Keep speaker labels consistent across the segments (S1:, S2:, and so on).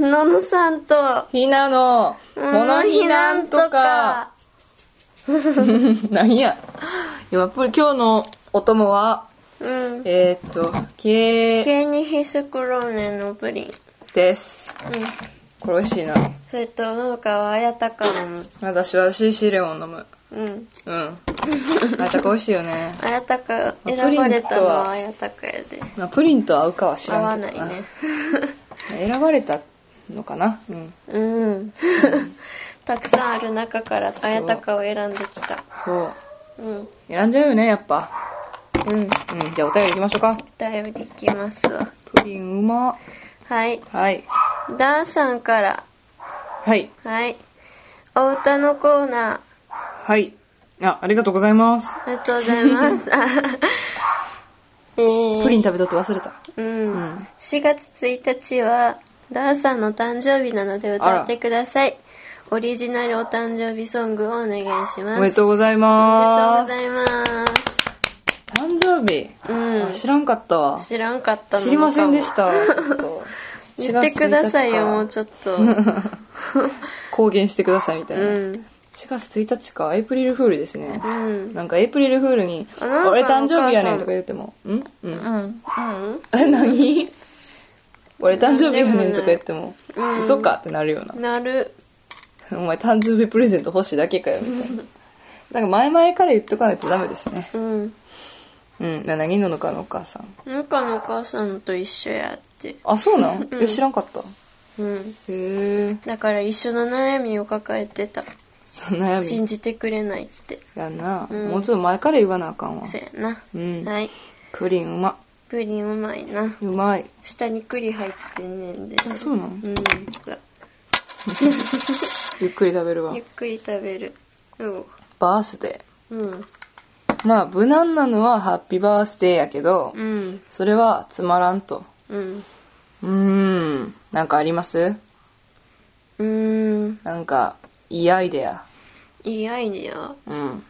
S1: ののさんと、
S2: ひなの、このひなんとか。。何や。今、プリ、今日のお供は、
S1: うん。
S2: えー、っと、ケー
S1: ケーニヒスクローネのプリン。
S2: です。
S1: うん。
S2: これ美味しいな。
S1: それと、のどかはあやたかのむ。
S2: 私はシーシーレモン飲む。
S1: うん。
S2: うん。あたか美味しいよね。
S1: あやたか、選ばれたのはあやたかやで。
S2: まあ、プリンと合うかは知
S1: 合
S2: ら
S1: わ
S2: ん
S1: な
S2: け
S1: い
S2: どな
S1: ね。
S2: 選ばれたのかなうん。
S1: うん。 たくさんある中から、あやたかを選んできた。
S2: そう。
S1: うん。
S2: 選んじゃうよね、やっぱ。
S1: うん。
S2: うん。じゃあお便り行きましょうか。
S1: 頼りいきますわ。
S2: プリンうま。
S1: はい。
S2: はい。
S1: ダンさんから。
S2: はい。
S1: はい。お歌のコーナー。
S2: はい。あ、ありがとうございます。
S1: ありがとうござい ます。えー、
S2: プリン食べとって忘れた。
S1: うん。
S2: うん
S1: 4月1日は、ダーさんの誕生日なので歌ってください。オリジナルお誕生日ソングをお願いします。
S2: おめでとうござい
S1: あ
S2: ま
S1: り
S2: す。
S1: がとうございます。
S2: 誕生日、
S1: うん
S2: あ知らんかったわ。
S1: 知らんかったの。
S2: 知りませんでしたた。ちょっと
S1: 言ってくださいよ、もう
S2: 4月1日か
S1: ちょっと。
S2: 公言してくださいみたいうな。
S1: ん。
S2: 4月1日か、エイプリルフールですね。
S1: うん。
S2: なんかエイプリルフールに「
S1: あなんか
S2: 俺誕生日
S1: お母
S2: やね
S1: さん
S2: ん」とか言っても「んうん
S1: うん。
S2: あ 何俺誕生日やねん」とか言っても「
S1: うん
S2: 嘘か」ってなるような
S1: なる。
S2: 「お前誕生日プレゼント欲しいだけかよ」みたいな。なんか前々から言っとかないとダメですね。
S1: うん。
S2: うん。な何ののかのお母さん。
S1: なんかのお母さんと一緒やって。
S2: あ、そうなんえ、知らんかった。
S1: うん。
S2: へえ。
S1: だから一緒の悩みを抱えてた。
S2: そんな悩
S1: 信
S2: み。
S1: じてくれないって。
S2: やんな。
S1: うん
S2: もうちょっと前から言わなあかんわ。
S1: そうやな。
S2: うん。
S1: はい。
S2: プリンうま。
S1: プリンうまいな。
S2: うまい。
S1: 下に栗入ってんねんで。
S2: あ、そうなん
S1: うん。
S2: ゆっくり食べるわ
S1: ゆっ。くり食べる。うん。
S2: バースデ
S1: うん。
S2: ー。まあ、無難なのはハッピーバースデーやけど、
S1: うん。
S2: それはつまらんと。
S1: うん。
S2: うーん。なんかあります
S1: うーん。
S2: なんか、いいアイデア。
S1: いいアイデア。
S2: うん。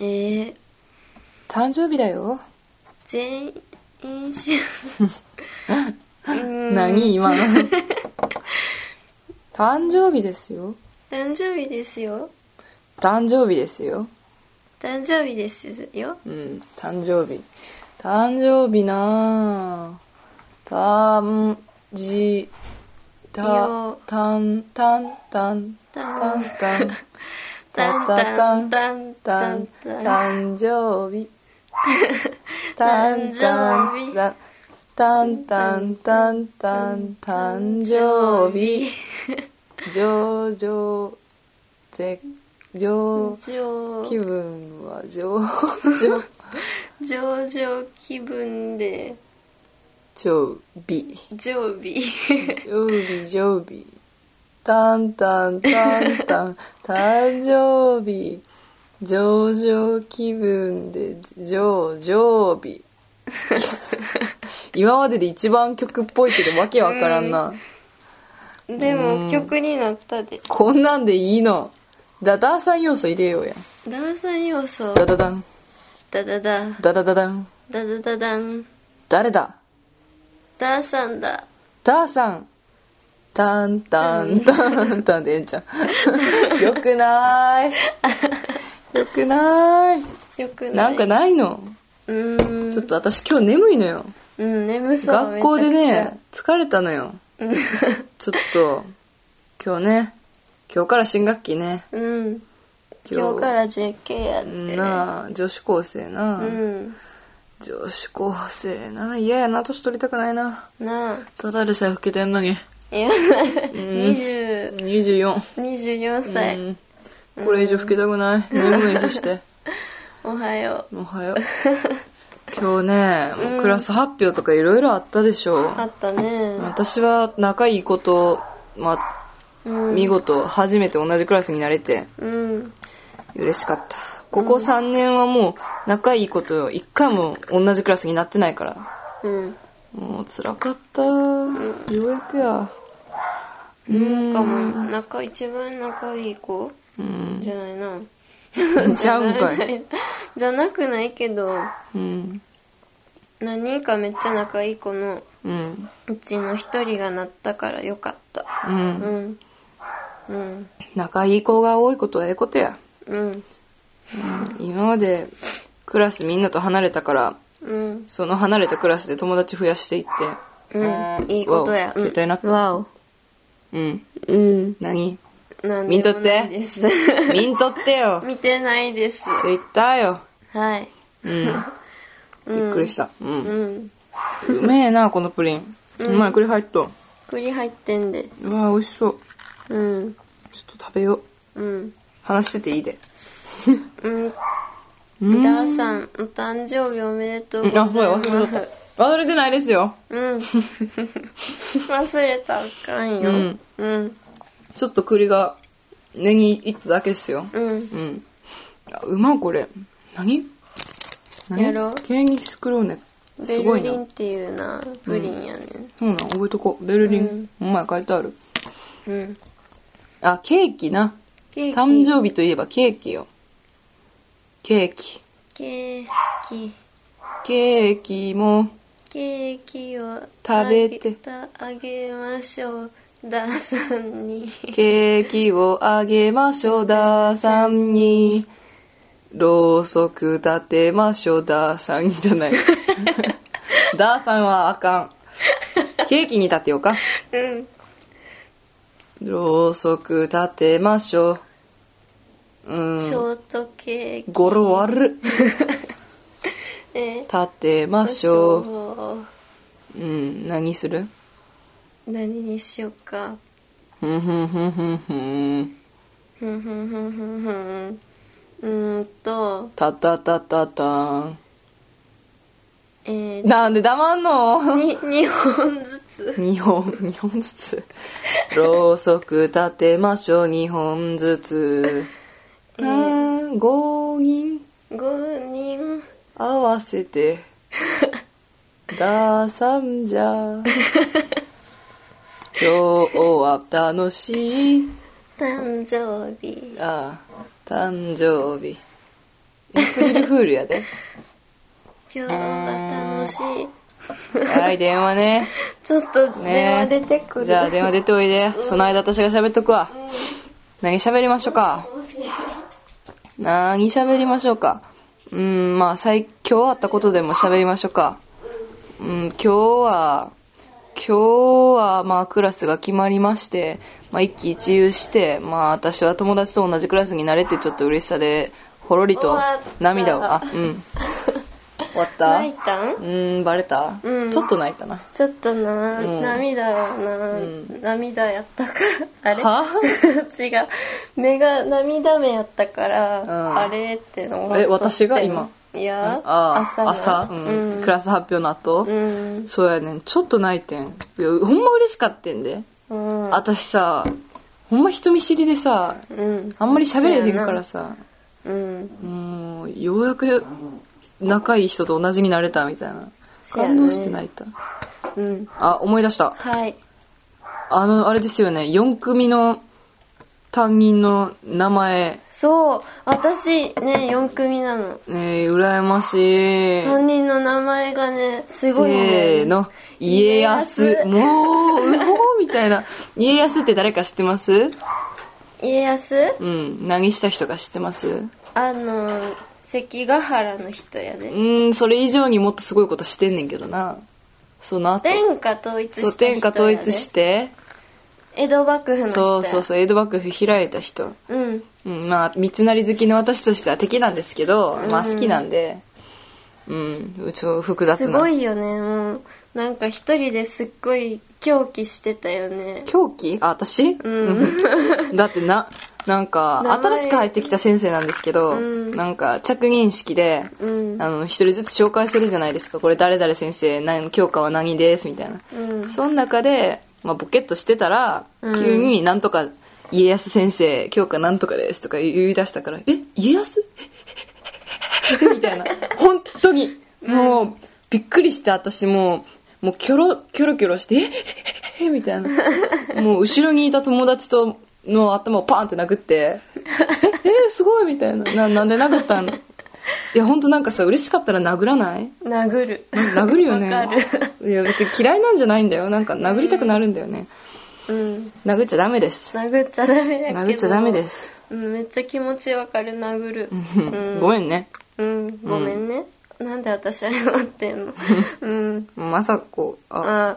S1: えー、
S2: 誕生日だよ。
S1: 全員しよ う。うん
S2: 何今の。 誕生日ですよ。
S1: 誕生日ですよ。
S2: 誕生日ですよ。
S1: 誕生日ですよ。
S2: うん。誕生日。誕生日なぁ。たん、じ、た
S1: よ、
S2: たん、たん、たん、たん、たん、
S1: タンタンタンタ
S2: た
S1: ン
S2: ん、
S1: タン。
S2: 誕生 日。
S1: 誕生日
S2: 日。たんたんたんたん誕生日。上々、ぜ、上、
S1: 上
S2: 気分は上々、
S1: 上々気分で
S2: 上備。
S1: 常 備
S2: 上備、上備。たんたんたんたん、誕生日。上々気分で、上、上備。 今までで一番曲っぽいけど、わけわからんな。
S1: で
S2: う
S1: も
S2: ん
S1: 曲になったで
S2: こんなんでいいの。ダダーさん要素入れようや。
S1: ダンさん要素
S2: ダダダン、
S1: ダダダ
S2: ダダダダン。
S1: ダダダダン
S2: 誰だ
S1: ダーさんだ
S2: ダーさん。タンタンタンタンでええんちゃう。よくない。よくない。
S1: よくない
S2: なんかないの。
S1: うーん
S2: ちょっと私今日眠いのよ。
S1: うん眠そう
S2: 学校で
S1: めちゃく
S2: ね、疲れたのよ。ちょっと、今日ね、今日から新学期ね。
S1: ちゃうん今日から JK やって
S2: なあ、女子高生な。
S1: うん
S2: 女子高生な。嫌やな、年取りたくないな。
S1: なあ
S2: ただでさえ老けてんのに。
S1: いや20
S2: 24。
S1: 24歳、
S2: うんこれ以上吹きたくない眠いそして
S1: おはよ
S2: お はよう今日ねもうクラス発表とかいろいろあったでしょ
S1: うあったね
S2: 私は仲いい子と、ま
S1: う
S2: あ、
S1: ん
S2: 見事初めて同じクラスになれて
S1: うん
S2: 嬉しかったここ3年はもう仲いい子と1回も同じクラスになってないから
S1: うん
S2: もう辛かったようやくや
S1: なんかもう仲一番仲いい子
S2: うん
S1: じゃないな
S2: ちゃうんかい
S1: じゃなくないけど
S2: うん
S1: 何人かめっちゃ仲いい子の
S2: うん
S1: うちの一人がなったからよかった
S2: う
S1: うんんうん
S2: 仲いい子が多いことはええことや
S1: うん
S2: 今までクラスみんなと離れたから
S1: うん
S2: その離れたクラスで友達増やしていって
S1: うんいいことや
S2: わお携帯なった
S1: わお
S2: うん
S1: うん
S2: 何
S1: なん
S2: 見んとって
S1: でもないです
S2: 見んとって よ
S1: 見てないです
S2: ツイッターよ
S1: はい
S2: うんびっくりしたう
S1: うんん
S2: うめえなこのプリンうまい栗入っと
S1: 栗入ってんで
S2: うわ美味しそう
S1: うん
S2: ちょっと食べよう
S1: うん
S2: 話してていいで
S1: うん
S2: うん
S1: ダーさんお誕生日おめでとうござい
S2: あ
S1: ます
S2: そうや忘れとった忘れてないですよ
S1: うん 忘れたらあかんよ
S2: うん
S1: うん
S2: ちょっと栗が根にいっただけですよ
S1: うん
S2: うんあうまっこれ何何
S1: やろう
S2: ケーニスクローネす
S1: ベ
S2: ご
S1: ル
S2: いな
S1: リンっていうなプリンやねん
S2: そうなん覚えとこうベルリン、お前書いてある
S1: うん
S2: あケーキな
S1: ケーキ
S2: 誕生日といえばケーキよケーキ
S1: ケーキ
S2: ケーキも
S1: ケーキを
S2: 食べて
S1: あげたあげましょうダーさんに
S2: ケーキをあげましょう、ダーさんに。ろうそく立てましょう、ダーさんにじゃ ない。ダーさんはあかん。ケーキに立てようか。
S1: うん
S2: ろうそく立てましょう。う
S1: シ
S2: ん。
S1: ョートケーキ
S2: 語呂悪っ。
S1: え
S2: 立てましょ
S1: ょう
S2: う。うん。何する
S1: 何にしようか
S2: ふんふんふんふんふん。
S1: ふんふんふんふんふんうーんと
S2: たたたたたん。
S1: えー、
S2: なんで黙んの
S1: に2本ず つ
S2: 2本、2本ずつ。ろうそく立てましょう、2本ずつ。あー5人
S1: 5人
S2: 合わせて。だーさんじゃ。今日は楽しい。
S1: 誕生日
S2: あー誕生日。エイプリルフールやで。
S1: 今日は楽しい
S2: はい、電話ね。
S1: ちょっと電話出てくる、
S2: じゃあ電話出ておいで。その間私が喋っとくわ。何喋りましょうか。何喋りましょうか。うーん、まあ、最、今日あったことでも喋りましょうか。うん、今日は、今日は、まあ、クラスが決まりまして、まあ、一喜一憂して、まあ、私は友達と同じクラスになれて、ちょっと嬉しさで、ほろり
S1: 終
S2: と
S1: わった
S2: 涙を、あ、うん。終わった
S1: 泣いうたん
S2: ーん、バレた、
S1: うん
S2: ちょっと泣いたな。
S1: ちょっとな、
S2: うん
S1: 涙はな、涙やったからあれ
S2: は
S1: 違う目が涙目やったから、
S2: ん
S1: あれってのを
S2: え私が今
S1: いや
S2: あ
S1: 朝な
S2: うん
S1: うん
S2: クラス発表の後、
S1: うん
S2: そうやねんちょっと泣いてんいやほんま嬉しかってんで、
S1: うん
S2: 私さほんま人見知りでさ
S1: うん
S2: あんまり喋れへんからさ
S1: うん
S2: もうようやく仲いい人と同じになれたみたいな
S1: そうやね
S2: 感動して泣いた、
S1: うん
S2: あ思い出した
S1: はい
S2: あのあれですよね4組の担任の名前
S1: そう私ね4組なの
S2: ねえ羨ましい
S1: 担任の名前がねすごいのよ
S2: せーの、家康
S1: 家。康
S2: もう、うおーみたいな。家康って誰か知ってます
S1: 家康
S2: うん。何した人か知ってます
S1: あの関ヶ原の人や
S2: う
S1: ね
S2: ーん、それ以上にもっとすごいことしてんねんけどな。そうなと。
S1: 天下統一した
S2: そう、
S1: 人やね
S2: 天下統一して、
S1: 江戸幕府の人や
S2: そうそうそう、江戸幕府開いた人。
S1: うん
S2: うん、まあ、三成好きの私としては敵なんですけど、まあ好きなんで、うん、うちの複雑
S1: す
S2: な。
S1: ごいよねもうなんか一人ですっごい狂気してたよね
S2: 狂気あ、私うん。 だってな、なんか、
S1: 名前
S2: 新しく入ってきた先生なんですけど、
S1: ん
S2: なんか、着任式で、
S1: うん
S2: あの、一人ずつ紹介するじゃないですか。これ誰々先生、何、教科は何です、みたいな。
S1: うん
S2: その中で、まあ、ボケっとしてたら、
S1: うん
S2: 急になんとか、家康先生、教科なんとかですとか言い出したから、え、家康 みたいな。本当に、もう、びっくりして、私もう、もう、キョロ、キョロキョロして、え みたいな。もう、後ろにいた友達と、 の頭をパンって殴って、え、えすごいみたいな。な、なんで殴ったんいや、ほんとなんかさ、嬉しかったら殴らない
S1: 殴る
S2: 殴るよね。
S1: わか
S2: いや、別に嫌いなんじゃないんだよ。なんか殴りたくなるんだよね。
S1: うん
S2: 殴っちゃダメです。
S1: 殴っちゃダメだけど
S2: 殴っちゃダメです。
S1: うんめっちゃ気持ちわかる殴るうん
S2: ごめんね。
S1: うんごめんね、なんで私謝ってんのうん
S2: まさこ、
S1: あ
S2: あ、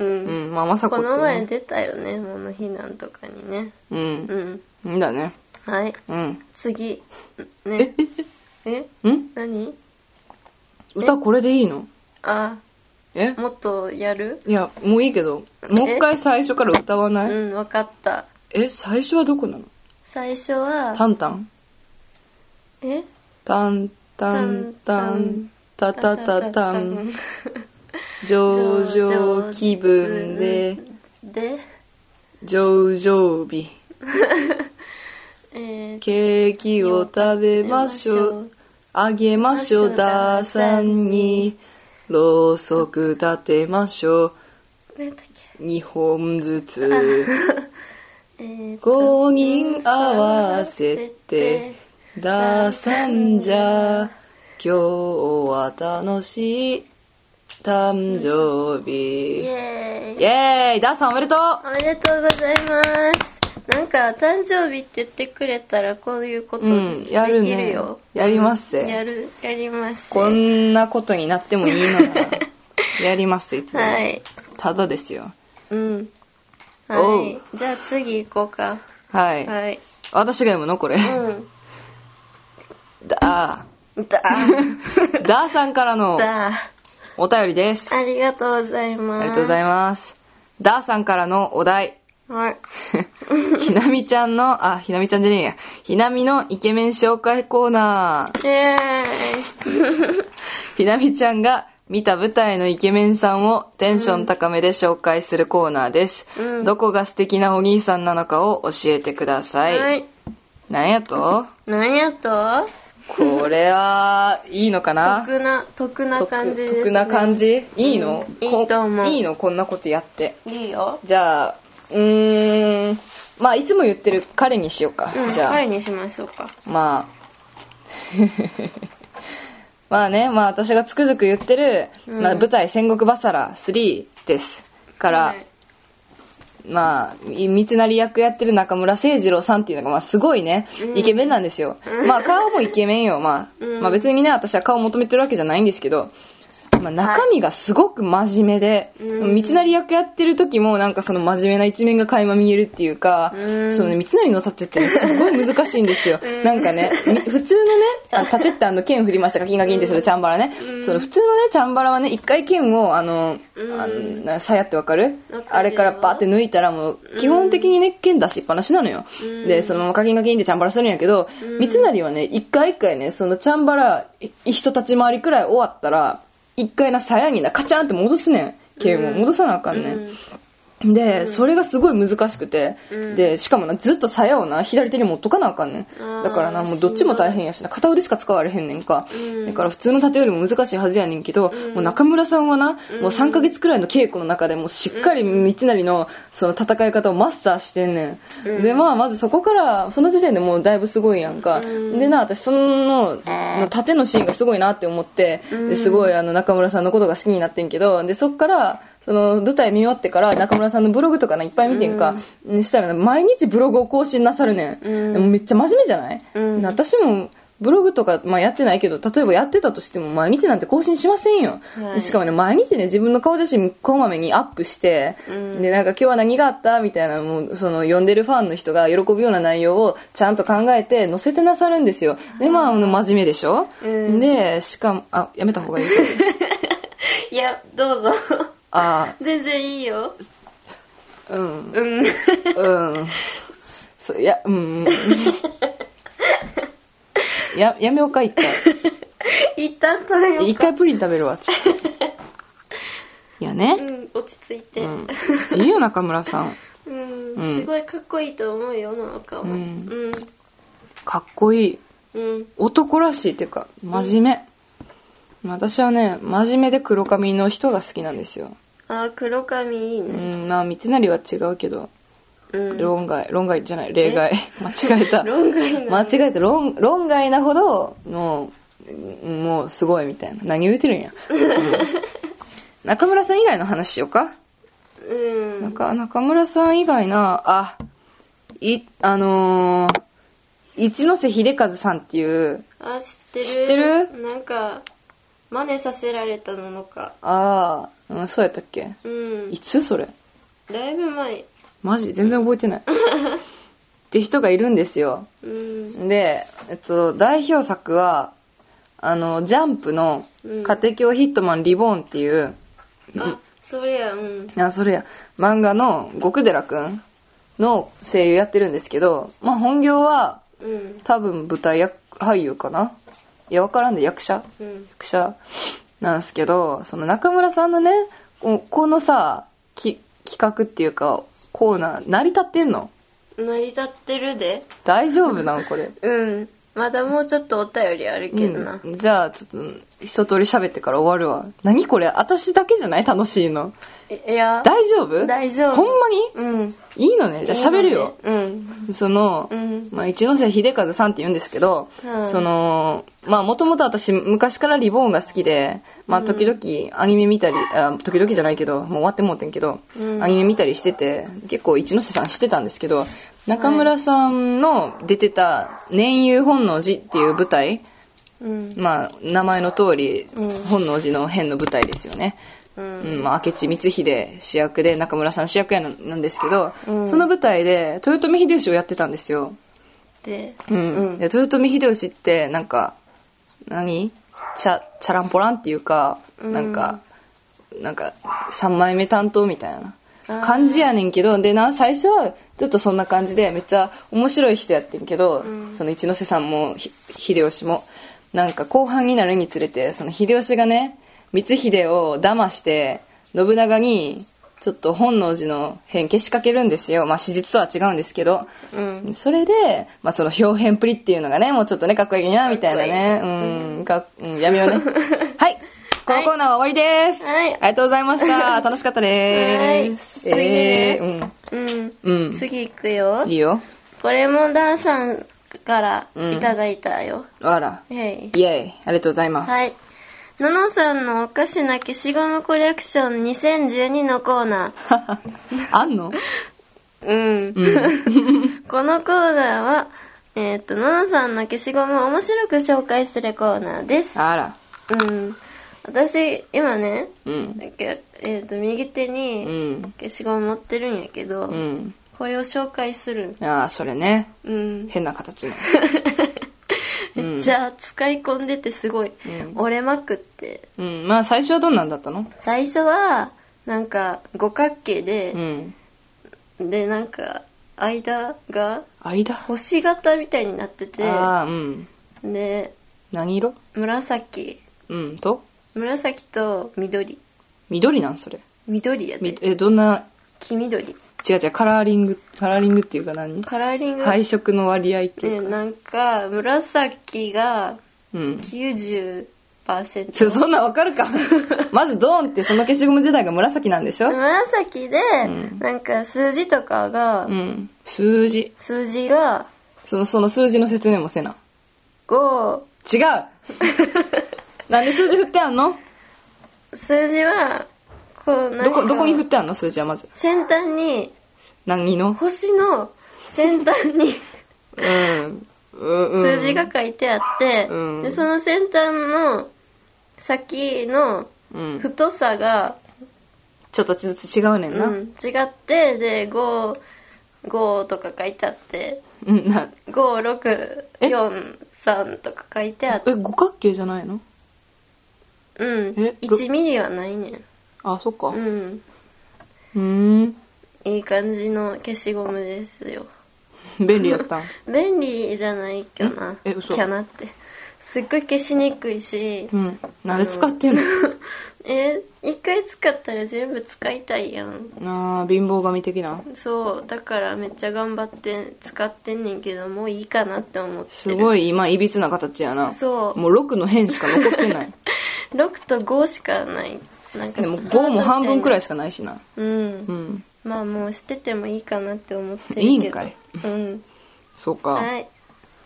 S1: うん、
S2: うん、まあ、まさこ
S1: こ
S2: って、ね。
S1: の前出たよねもの避難とかにね
S2: うん。
S1: うん
S2: うんだね。
S1: はい
S2: うん。
S1: 次ねえ
S2: ん
S1: 何
S2: 歌これでいいの
S1: あ
S2: え
S1: もっとやる
S2: いや、もういいけど、もう一回最初から歌わ
S1: う
S2: ない
S1: ん分かった
S2: え、最初はどこなの
S1: 最初は
S2: タンタン
S1: え
S2: タンタンタンタタタタン上々気分で
S1: で
S2: 上々日
S1: えー、
S2: ケーキを食べましょうあげましょうダーさんにろうそく立てましょう
S1: 何だっけ
S2: 2本ずつ
S1: えー、
S2: 5人合わせて出さんじゃ今日は楽しい誕生
S1: イ
S2: 日
S1: エー
S2: イ
S1: イ
S2: エーイダーさんおめでとう
S1: おめでとうございますなんか誕生日って言ってくれたらこういうことで
S2: うんやるね
S1: できるよ
S2: やりますぜ
S1: やるやります
S2: こんなことになってもいいのなら やりますいつも、
S1: はい
S2: ただですよ
S1: うん
S2: お
S1: はいじゃあ次行こうか
S2: はい、
S1: はい
S2: 私が読むのこれダ
S1: うんだ
S2: ーダーさんからの
S1: だ
S2: お便りです
S1: ありがとうございます
S2: ありがとうございますダーさんからのお題
S1: はい
S2: ひなみちゃんの、あ、ひなみちゃんじゃねえや。ひなみのイケメン紹介コーナー。
S1: イエーイ
S2: ひなみちゃんが見た舞台のイケメンさんをテンション高めで紹介するコーナーです。どこが素敵なお兄さんなのかを教えてください。
S1: はい
S2: なんやと
S1: 何やと
S2: これは、いいのかな
S1: 得な得な感じです、ね、
S2: 得な感じいいの、
S1: うん
S2: こ
S1: いいと思う
S2: いいのこんなことやって。
S1: いいよ
S2: じゃあ、うーん。まあ、いつも言ってる彼にしようか。
S1: うん
S2: じゃあ。
S1: 彼にしましょうか
S2: まあ、 まあね、まあ私がつくづく言ってる、まあ、舞台戦国バサラ3ですから、
S1: はい
S2: まあ、い三成役やってる中村誠二郎さんっていうのが、まあすごいね、イケメンなんですよ。まあ顔もイケメンよ、まあ。まあ別にね、私は顔求めてるわけじゃないんですけど、まあ中身がすごく真面目で、三成役やってる時もなんかその真面目な一面が垣間見えるっていうか、そのね三成の盾ってねすごい難しいんですよ。なんかね、み普通のね、あ盾ってあの剣振りましたか、金が銀ってするチャンバラね。その普通のね、チャンバラはね、一回剣をあの、あのな鞘ってわかる
S1: わかるよ
S2: あれからバーって抜いたらもう基本的にね剣出しっぱなしなのよ、でそのままカキンカキンってチャンバラするんやけど、三成はね一回一回ねそのチャンバラい一立ち回りくらい終わったら一回な鞘になカチャンって戻すねん剣を戻さなあかんねん、で、それがすごい難しくて、で、しかもな、ずっと鞘をな、左手に持っとかなあかんね
S1: あー
S2: ん。だからな、もうどっちも大変やしな、片腕しか使われへんねんか。だから普通の盾よりも難しいはずやねんけど、もう中村さんはな、もう3ヶ月くらいの稽古の中でもうしっかり三成のその戦い方をマスターしてんねん。で、まあ、まずそこから、その時点でもうだいぶすごいやんか。でな、私その、の盾のシーンがすごいなって思って、ですごいあの中村さんのことが好きになってんけど、で、そっから、その舞台見終わってから中村さんのブログとかないっぱい見てんか、したらな毎日ブログを更新なさるねん、でもめっちゃ真面目じゃない、
S1: うん
S2: 私もブログとか、まあ、やってないけど例えばやってたとしても毎日なんて更新しませんよ、
S1: はい
S2: しかもね毎日ね自分の顔写真こまめにアップして、
S1: うん
S2: でなんか今日は何があったみたいなもうその読んでるファンの人が喜ぶような内容をちゃんと考えて載せてなさるんですよでまああの真面目でしょ、
S1: うん
S2: でしかもあやめた 方がいい
S1: いやどうぞ
S2: あ
S1: 全然いいよ
S2: あうん
S1: うん
S2: うん。そう、いや、 うん。や、やめようか、一回。
S1: 一旦止めよう
S2: 一回プリン食べるわ、ちょっと。いや
S1: う
S2: ね。
S1: ん落ち着いて
S2: うん。いいよ、中村さん。
S1: うん、
S2: うん
S1: すごいかっこいいと思うよなのかもうん
S2: かっこいい。
S1: うん
S2: 男らしいっていうか、真面目。私はね、真面目で黒髪の人が好きなんですよ。
S1: あー黒髪いいうね
S2: ん、まあ、道成は違うけど、
S1: うん
S2: 論外、論外 じゃない、例外。間違えた。
S1: 論外な
S2: 間違えた論論外なほどのうんもうすごいみたいな何を言うてるんや、うん、中村さん以外の話しようか
S1: うん
S2: なんか中村さん以外なあいあのー一ノ瀬秀和さんっていう
S1: あ知ってる
S2: 知ってる
S1: なんか真似させられたものか
S2: ああ、うん、そうやったっけ
S1: うん
S2: いつそれ
S1: だいぶ前
S2: マジ全然覚え てないって人がいるんですよ
S1: うん
S2: で、えっと、代表作は、あの、ジャンプの、家庭教ヒットマンリボーンっていう、
S1: あそれやうん
S2: あ、それや、漫画の極寺くんの声優やってるんですけど、まあ本業は、
S1: うん
S2: 多分舞台役俳優かないや、わからんで、役者
S1: うん
S2: 役者なんですけど、その中村さんのね、ここのさ、き企画っていうか、コーナー、成り立ってんの
S1: 成り立ってるで
S2: 大丈夫なんこれ。
S1: うんまだもうちょっとお便りあるけどな、
S2: うんじゃあちょっと一通り喋ってから終わるわ何これ私だけじゃない楽しいの
S1: いいや
S2: 大丈夫
S1: 大丈夫
S2: ほんまに
S1: うん
S2: いいのねじゃあ喋るよ
S1: うん
S2: その、
S1: うん
S2: まあ、一ノ瀬秀和さんって言うんですけど、
S1: はい
S2: そのまあもともと私昔からリボーンが好きでまあ時々アニメ見たり、あ時々じゃないけどもう終わってもうてんけど、
S1: うん
S2: アニメ見たりしてて結構一ノ瀬さん知ってたんですけど中村さんの出てた「年遊本能寺」っていう舞台、
S1: うん
S2: まあ、名前の通り、本能寺の変の舞台ですよね。
S1: う
S2: うんん、まあ、明智光秀主役で、中村さん主役やのなんですけど、
S1: うん
S2: その舞台で、豊臣秀吉をやってたんですよ。
S1: で
S2: うん。
S1: うん
S2: で、豊臣秀吉って、なんか、何チャ、チャランポランっていうか、なんか、なんか、3枚目担当みたいな
S1: あー
S2: 感じやねんけど、でな、最初はずっとそんな感じで、めっちゃ面白い人やってんけど、その一ノ瀬さんも、ひ秀吉も、なんか後半になるにつれて、その秀吉がね、光秀を騙して、信長に、ちょっと本能寺の変けしかけるんですよ。まあ史実とは違うんですけど。
S1: うん
S2: それで、まあ、その表変プリっていうのがね、もうちょっとね、かっこいいな、みたいなね。うん、か、うん、やめよ うね。はい。このコーナーは終わりです。
S1: はい
S2: ありがとうござい ました。楽しかったです。
S1: はい
S2: えー
S1: うん、
S2: うん。うん。
S1: 次行くよ
S2: いいよ。
S1: これもダンさんからいただいたよ、
S2: あら。
S1: へい
S2: イエーイ。ありがとうございます。
S1: はい。ののさんのおかしな消しゴムコレクション2012のコーナ
S2: あんの
S1: ー。うん。このコーナーは、えーっと、ののさんの消しゴムを面白く紹介するコーナーです。
S2: あら。
S1: うん。私、今ね、
S2: うん。
S1: なんかえーっと、右手
S2: う
S1: に
S2: ん。
S1: 消しゴム持ってるんやけど、
S2: うん。
S1: これを紹介する。
S2: ああ、それね。
S1: うん。
S2: 変な 形の。
S1: めっちゃ使い込んでてすごい、折れまくって。
S2: うん。まあ、最初はどんなんだったの
S1: 最初は、なんか五角形で、
S2: うん。
S1: でなんか間が
S2: 間
S1: 星型みたいになってて
S2: ああ、うん。
S1: で
S2: 何色
S1: 紫
S2: うん。と
S1: 紫と緑
S2: 緑なんそれ。
S1: 緑や
S2: み
S1: で
S2: え、どんな
S1: 黄緑
S2: 違う違うカラーリングカラーリングっていうか何
S1: カラーリング、
S2: 配色の割合ってい
S1: ね、
S2: うか、
S1: なんか紫が
S2: うん
S1: 90%
S2: そそんなんわかる かまずドーンってその消しゴム自体が紫なんでしょ、
S1: 紫で、なんか数字とかが、
S2: うん、数字
S1: 数字が
S2: そのその数字の説明もせな
S1: 5
S2: 違うなんで数字振ってあんの
S1: 数字はこうなんか
S2: どこどこに振ってあんの数字はまず
S1: 先端に
S2: 何の
S1: 星の先端に
S2: うん、うんうん、
S1: 数字が書いてあって、
S2: うん
S1: でその先端の先の
S2: うん
S1: 太さが、
S2: ちょっとずつ違うねん
S1: う
S2: な、
S1: ん、違ってで55とか書いてあって
S2: うん、なえ
S1: 5643とか書いてあって
S2: え五角形じゃないの
S1: うん
S2: え
S1: 1ミリはないねん
S2: あそっか
S1: う
S2: うんーん
S1: いい感じの消しゴムですよ
S2: 便利やったん
S1: 便利じゃないかな
S2: え嘘
S1: キャナってすっごい消しにくいし、
S2: うんなんで使ってんの
S1: え一回使ったら全部使いたいやん
S2: あー貧乏神的な
S1: そうだからめっちゃ頑張って使ってんねんけどもういいかなって思ってる
S2: すごい今いびつな形やな
S1: そう
S2: もう6の辺しか残って ない
S1: 6と5しかないなんか
S2: でも5も半分くらい
S1: い
S2: しかないしな
S1: うん、
S2: うん
S1: まあもう捨ててもいいかなって思ってるけど
S2: いいんかい
S1: うん
S2: そうか、
S1: はい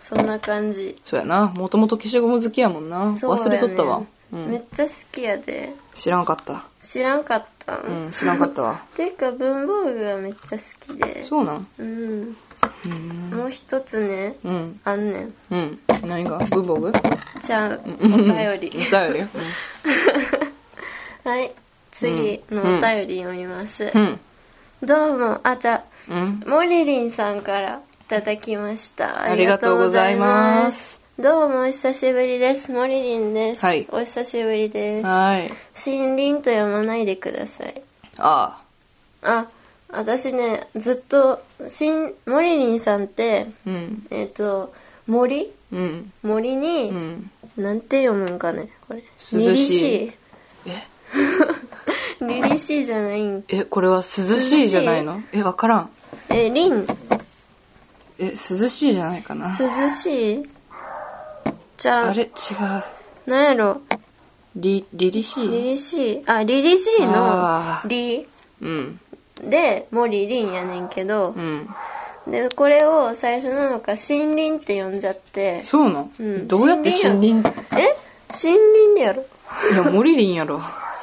S1: そんな感じ
S2: そうやな。もともと消しゴム好きやもんな。
S1: そうや
S2: 忘
S1: ね
S2: れとったわ。うん。
S1: めっちゃ好きやで
S2: 知らんかった。
S1: 知らんかったん、
S2: うん、知らんかったわ。
S1: ていうか文房具がめっちゃ好きで
S2: そうなん
S1: うんもう一つね
S2: うん。
S1: あんねん
S2: うん。何が文房具お
S1: じゃあお便り
S2: 便りうん
S1: はい次のお便り読みます、
S2: うん。
S1: どうもあじゃ
S2: うん。
S1: あモリリンさんからいただきました
S2: ありがとうございます
S1: ありがとうございますどうもお久しぶりですモリリンです、
S2: はい
S1: お久しぶりです
S2: はい。
S1: 森林と読まないでください
S2: あ
S1: あ私ねずっとしんモリリンさんって
S2: あ。うん。
S1: えっ、と森
S2: うん。
S1: 森に、
S2: うん。
S1: なんて読むんかねこれ
S2: 涼しい
S1: 凛々しい
S2: え
S1: 凛々しいじゃないん
S2: え、これは涼しいじゃないのえ、わからん。
S1: えリン
S2: え、涼しいじゃないかな。
S1: 涼しいじゃ
S2: あ
S1: あ
S2: れ違う。
S1: なんやろ
S2: り、りりし
S1: 凛
S2: い
S1: 々しいあ凛々しいの
S2: あー
S1: リ
S2: うん。
S1: で森リンやねんけど
S2: う、ん。
S1: でこれを最初なのか森林って呼んじゃって
S2: そうなん、
S1: うん
S2: どうやって
S1: え森
S2: 森林
S1: 林でやろ
S2: いや、森林やろ。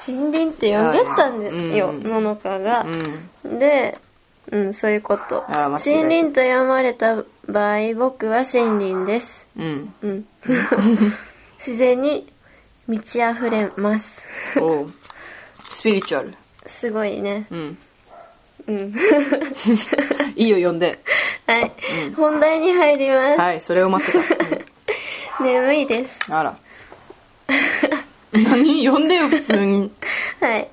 S1: 森林って呼んじゃったんですよ、
S2: あー
S1: ののかが
S2: う、ん。
S1: で、うん、そういうこと
S2: あー間違え
S1: 森
S2: た
S1: 林と読まれた場合僕は森林です
S2: うん。
S1: うん 自然に満ち溢れます
S2: おうスピリチュアル。
S1: すごいね
S2: うん。
S1: うん
S2: いいよ、呼んで。
S1: はい、本題に入ります、
S2: はい、それを待って
S1: 眠いです
S2: た。あら。何呼んでよ、普通に。
S1: はい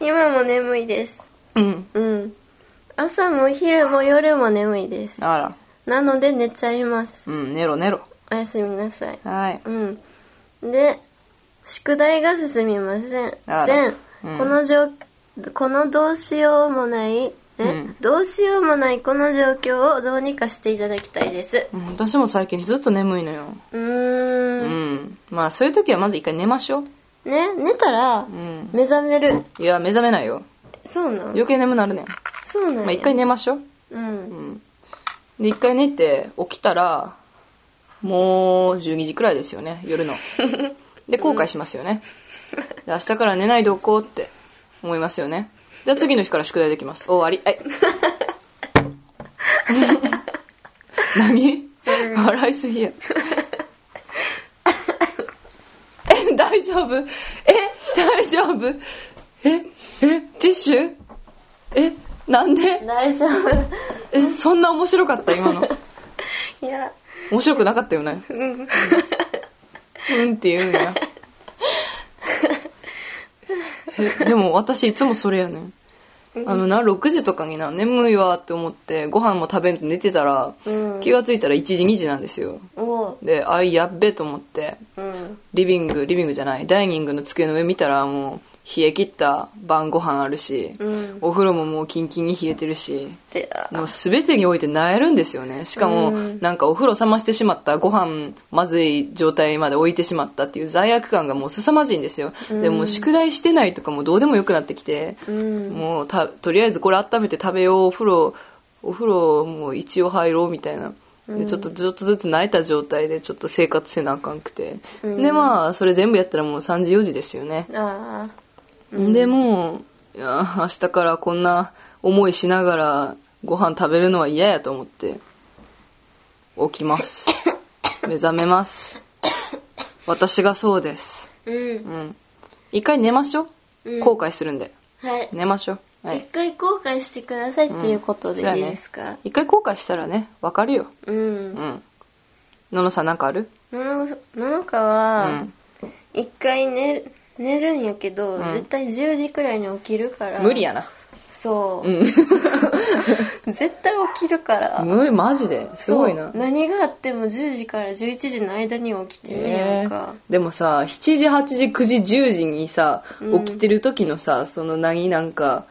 S1: 今も眠いです
S2: うん。
S1: うん朝も昼も夜も眠いです
S2: あら。
S1: なので寝ちゃいます
S2: うん、寝ろ寝ろ。
S1: おやすみなさい
S2: はい。
S1: うん。で、宿題が進みません。
S2: あら
S1: せん。
S2: うん
S1: この状、このどうしようもない、ね、
S2: うん
S1: どうしようもないこの状況をどうにかしていただきたいです。
S2: うん私も最近ずっと眠いのよ。
S1: う
S2: う
S1: ーん。
S2: ん。まあ、そういう時はまず一回寝ましょう。
S1: ね、寝たら
S2: ん、
S1: 目覚める。
S2: いや、目覚めないよ。
S1: そうなん
S2: 余計眠なるねん。
S1: そうなんや
S2: まあ、一回寝ましょう。
S1: うん。
S2: で、一回寝て、起きたら、もう12時くらいですよね、夜の。で、後悔しますよね。で明日から寝ないでおこうって思いますよね。で、次の日から宿題できます。終わり。はい。何笑いすぎや。え、大丈夫え、大丈夫え、え、ティッシュえ、なんで
S1: 大丈夫。
S2: え、そんな面白かった今の。
S1: いや、
S2: 面白くなかったよね。うん。うんって言うんや。えでも私いつもそれやねん。あのな、6時とかにな、眠いわって思って、ご飯も食べんと寝てたら、
S1: うん
S2: 気がついたら1時2時なんですよ。
S1: おう。
S2: で、あい、やっべと思って、
S1: うん。
S2: リビング、リビングじゃない、ダイニングの机の上見たらもう、冷え切った晩ご飯あるし、
S1: うん
S2: お風呂ももうキンキンに冷えてるし、
S1: で、あ
S2: もう全てにおいて萎えるんですよねしかも
S1: うん
S2: なんかお風呂冷ましてしまったご飯まずい状態まで置いてしまったっていう罪悪感がもう凄まじいんですよ、でもう宿題してないとかもうどうでもよくなってきて、
S1: うん。
S2: もうたとりあえずこれ温めて食べようお風呂お風呂もう一応入ろうみたいなでちょっとちょっとずつ泣いた状態でちょっと生活せなあかんくて、でまあそれ全部やったらもう3時4時ですよね、
S1: ああ。
S2: でもういや明日からこんな思いしながらご飯食べるのは嫌やと思って起きます目覚めます私がそうです
S1: うん。
S2: うん一回寝ましょう、
S1: うん
S2: 後悔するんで
S1: はい。
S2: 寝ましょうは
S1: 一
S2: い
S1: 回後悔してくださいっていうことで
S2: そうや
S1: い
S2: ね
S1: いですか
S2: 一回後悔したらねわかるよ
S1: うん
S2: う。んののさんなんかある
S1: ののののか
S2: う
S1: は
S2: ん
S1: 一回寝る寝るんやけど、
S2: ん
S1: 絶対10時くらいに起きるから
S2: 無理やな
S1: そう、
S2: うん
S1: 絶対起きるから
S2: 無理マジですごいな
S1: そう何があっても10時から11時の間に起きてるやんか、
S2: でもさ7時8時9時10時にさ起きてる時のさ、その何なんか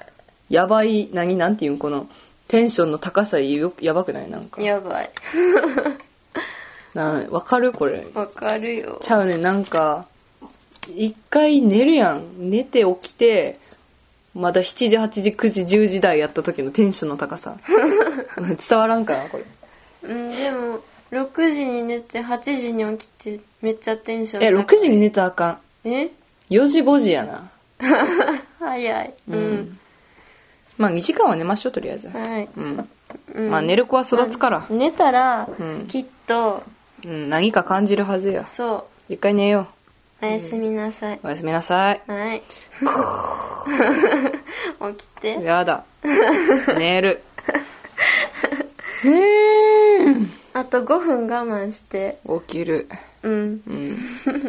S2: やばい何なんていうんこのテンションの高さよやばくないなんか
S1: やばい
S2: なわかるこれ
S1: わかるよ
S2: ちゃうねなんか一回寝るやん寝て起きてまだ7時8時9時10時台やった時のテンションの高さ伝わらんかなこれ
S1: うんでも6時に寝て8時に起きてめっちゃテンション
S2: え、6時に寝たらあかん。
S1: え
S2: 4時5時やな。
S1: 早いうん、
S2: まあ2時間は寝ましょう、とりあえず。
S1: はい、
S2: うん。
S1: うん
S2: まあ寝る子は育つから。
S1: 寝たら、
S2: うん
S1: きっと
S2: うん、何か感じるはずや。
S1: そ
S2: 一回寝よ
S1: うおやすみなさい、
S2: う。おやすみなさい。
S1: はい起きて
S2: やだ。寝る。ね
S1: あと5分我慢して
S2: え。起きる。
S1: うん
S2: うん。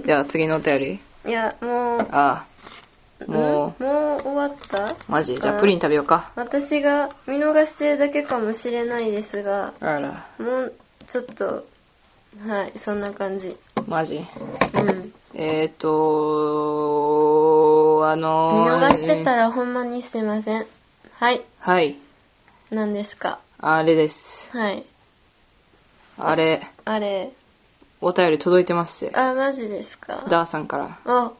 S2: では次のお便り。
S1: いやもう
S2: ああ。も
S1: んもう終わった
S2: う、マジ。じゃあプリン食べようか。
S1: 私が見逃してるだけかもしれないですが
S2: あら。
S1: もうちょっとはいそんな感じ
S2: マジ。
S1: うん
S2: えっ、ー、とあ
S1: 見
S2: のー、
S1: 逃してたらほんまにすいませんはい
S2: はい。
S1: 何ですか
S2: あれです。
S1: はい
S2: あれ、
S1: あれ
S2: お便り届いてます。
S1: あマジですか
S2: ダーさんから。
S1: お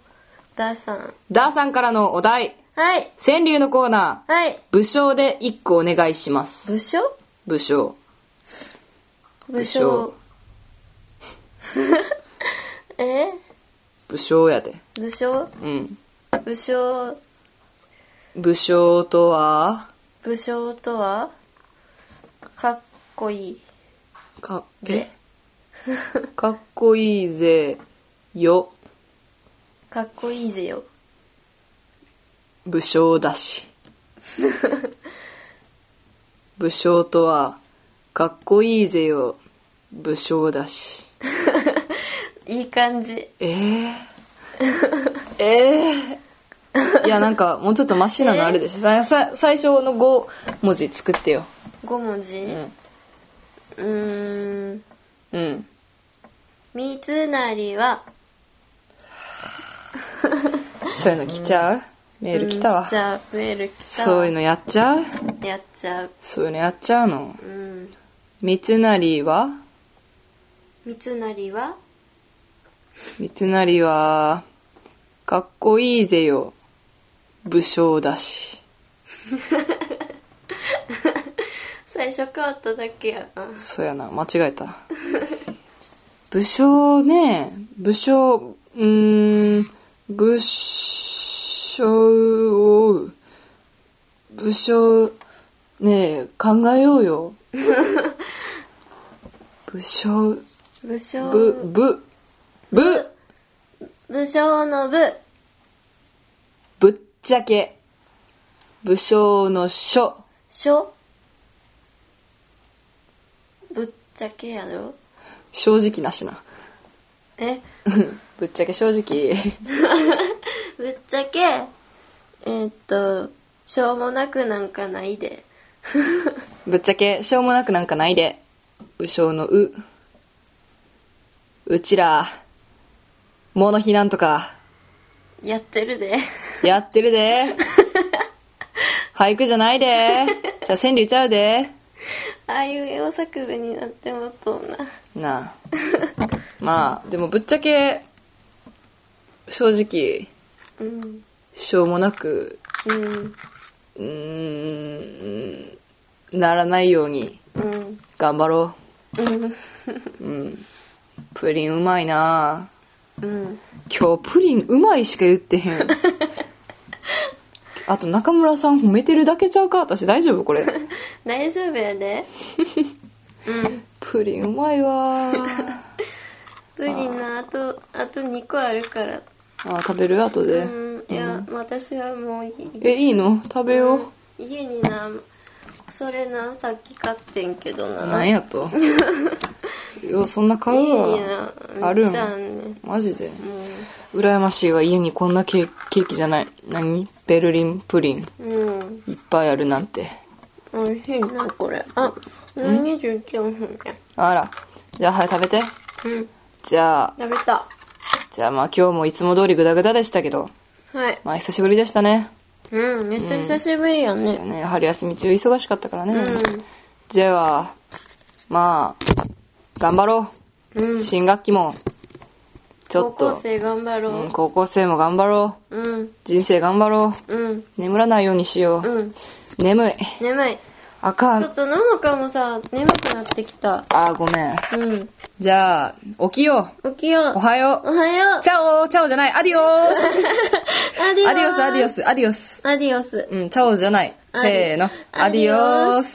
S1: ダーさん
S2: ダーさんからのお題。
S1: はい
S2: 川柳のコーナー。
S1: はい
S2: 武将で一個お願いします。
S1: 武将
S2: 武将。
S1: 武将 え
S2: 武将やで。
S1: 武将
S2: うん。
S1: 武将
S2: 武将とは、
S1: 武将とはかっこいい
S2: か、
S1: ぜ
S2: えかっこいいぜ、よ、
S1: かっこいいぜよ
S2: 武将だし。武将とは、かっこいいぜよ、武将だし。
S1: いい感じ
S2: えー、 えー、いや、なんか、もうちょっとマシなのあるでしょ。ささ最初の5文字作ってよ。
S1: 5文字うんーん
S2: うん。
S1: 三成は
S2: そういうの来ちゃうメール来た
S1: う
S2: わ
S1: ん。じゃあメール来たわ
S2: そういうのやっちゃう
S1: やっちゃう
S2: そういうのやっちゃうの。
S1: うん
S2: 三成は
S1: 三成は
S2: 三成は、かっこいいぜよ。武将だし。
S1: 最初変わっただけやな
S2: そうやな、間違えた。武将ね、武将、うーん、武将を、武将、ねえ、考えようよ。武将、
S1: 武将
S2: ぶ、ぶ、ぶ、
S1: 武将の部
S2: ぶっちゃけ。武将の書。
S1: 書ぶっちゃけやろ
S2: 正直なしな。
S1: え
S2: ぶっちゃけ正直。
S1: ぶっちゃけえーっとしょうもなくなんかないで
S2: ぶっちゃけ、しょうもなくなんかないで。武将のう。うちら、モノ避難とか、
S1: やってるで
S2: やってるで。俳句じゃないで。じゃあ川柳ちゃうで。
S1: ああいう絵を作文になってもっとんな
S2: なあ。まあ、でもぶっちゃけ、正直、
S1: うん
S2: しょうもなく、
S1: うん
S2: うーん、ならないように、
S1: うん
S2: 頑張ろ
S1: うん
S2: う。うん。プリンうまいなあ
S1: うん
S2: 今日プリンうまいしか言ってへ んあと中村さん褒めてるだけちゃうか私大丈夫これ
S1: 大丈夫や でうん
S2: プリンうま いわー
S1: プリンのあとあと2個あるから
S2: あ食べる後で、
S1: うんいや、私はもういい
S2: えいいの食べよう、
S1: 家になそれなさっき買ってんけどな
S2: なん やとよそんな買
S1: 家
S2: う
S1: に
S2: わ
S1: な
S2: あるん
S1: めっちゃあんねん
S2: マジで
S1: う
S2: 羨ましいわ家にこんなケーケーキじゃない何ベルリンプリン
S1: んうん
S2: いっぱいあるなんて
S1: 美味しいなこれあ二29分や
S2: あらじゃあはい食べて
S1: うん
S2: じゃあ
S1: 食べた
S2: じゃあまあ今日もいつも通りグダグダでしたけど
S1: はい
S2: まあ久しぶりでしたね
S1: うんめっちゃ久しぶりやね
S2: ね、春休み中忙しかったからね。
S1: う
S2: では、まあ、頑張ろ
S1: んう
S2: う。
S1: ん
S2: 新学期も、ちょ
S1: 高
S2: っと、
S1: 校生頑張ろ
S2: うん高校生も頑張ろう。
S1: ううん
S2: 人生頑張ろ
S1: うん
S2: う。眠らないようにしよ
S1: うん
S2: う。眠い。
S1: 眠い
S2: あか
S1: ちょ
S2: ん。
S1: っとののかもさ、眠くなってきた。
S2: あ、ごめん。
S1: うん。
S2: じゃあ、起きよ
S1: 起きよう。
S2: う。おはよ
S1: おはよ
S2: う。
S1: う。
S2: チャオチャオじゃない。アディオース
S1: アディオス。
S2: アディオス、アディオ
S1: ス。
S2: ス、アディオス。
S1: アディオス。
S2: うん、チャオじゃない。せーの。
S1: ア
S2: ア
S1: デ
S2: デ
S1: ィ
S2: ィ
S1: オ
S2: オ
S1: ー
S2: ー
S1: ス
S2: ス。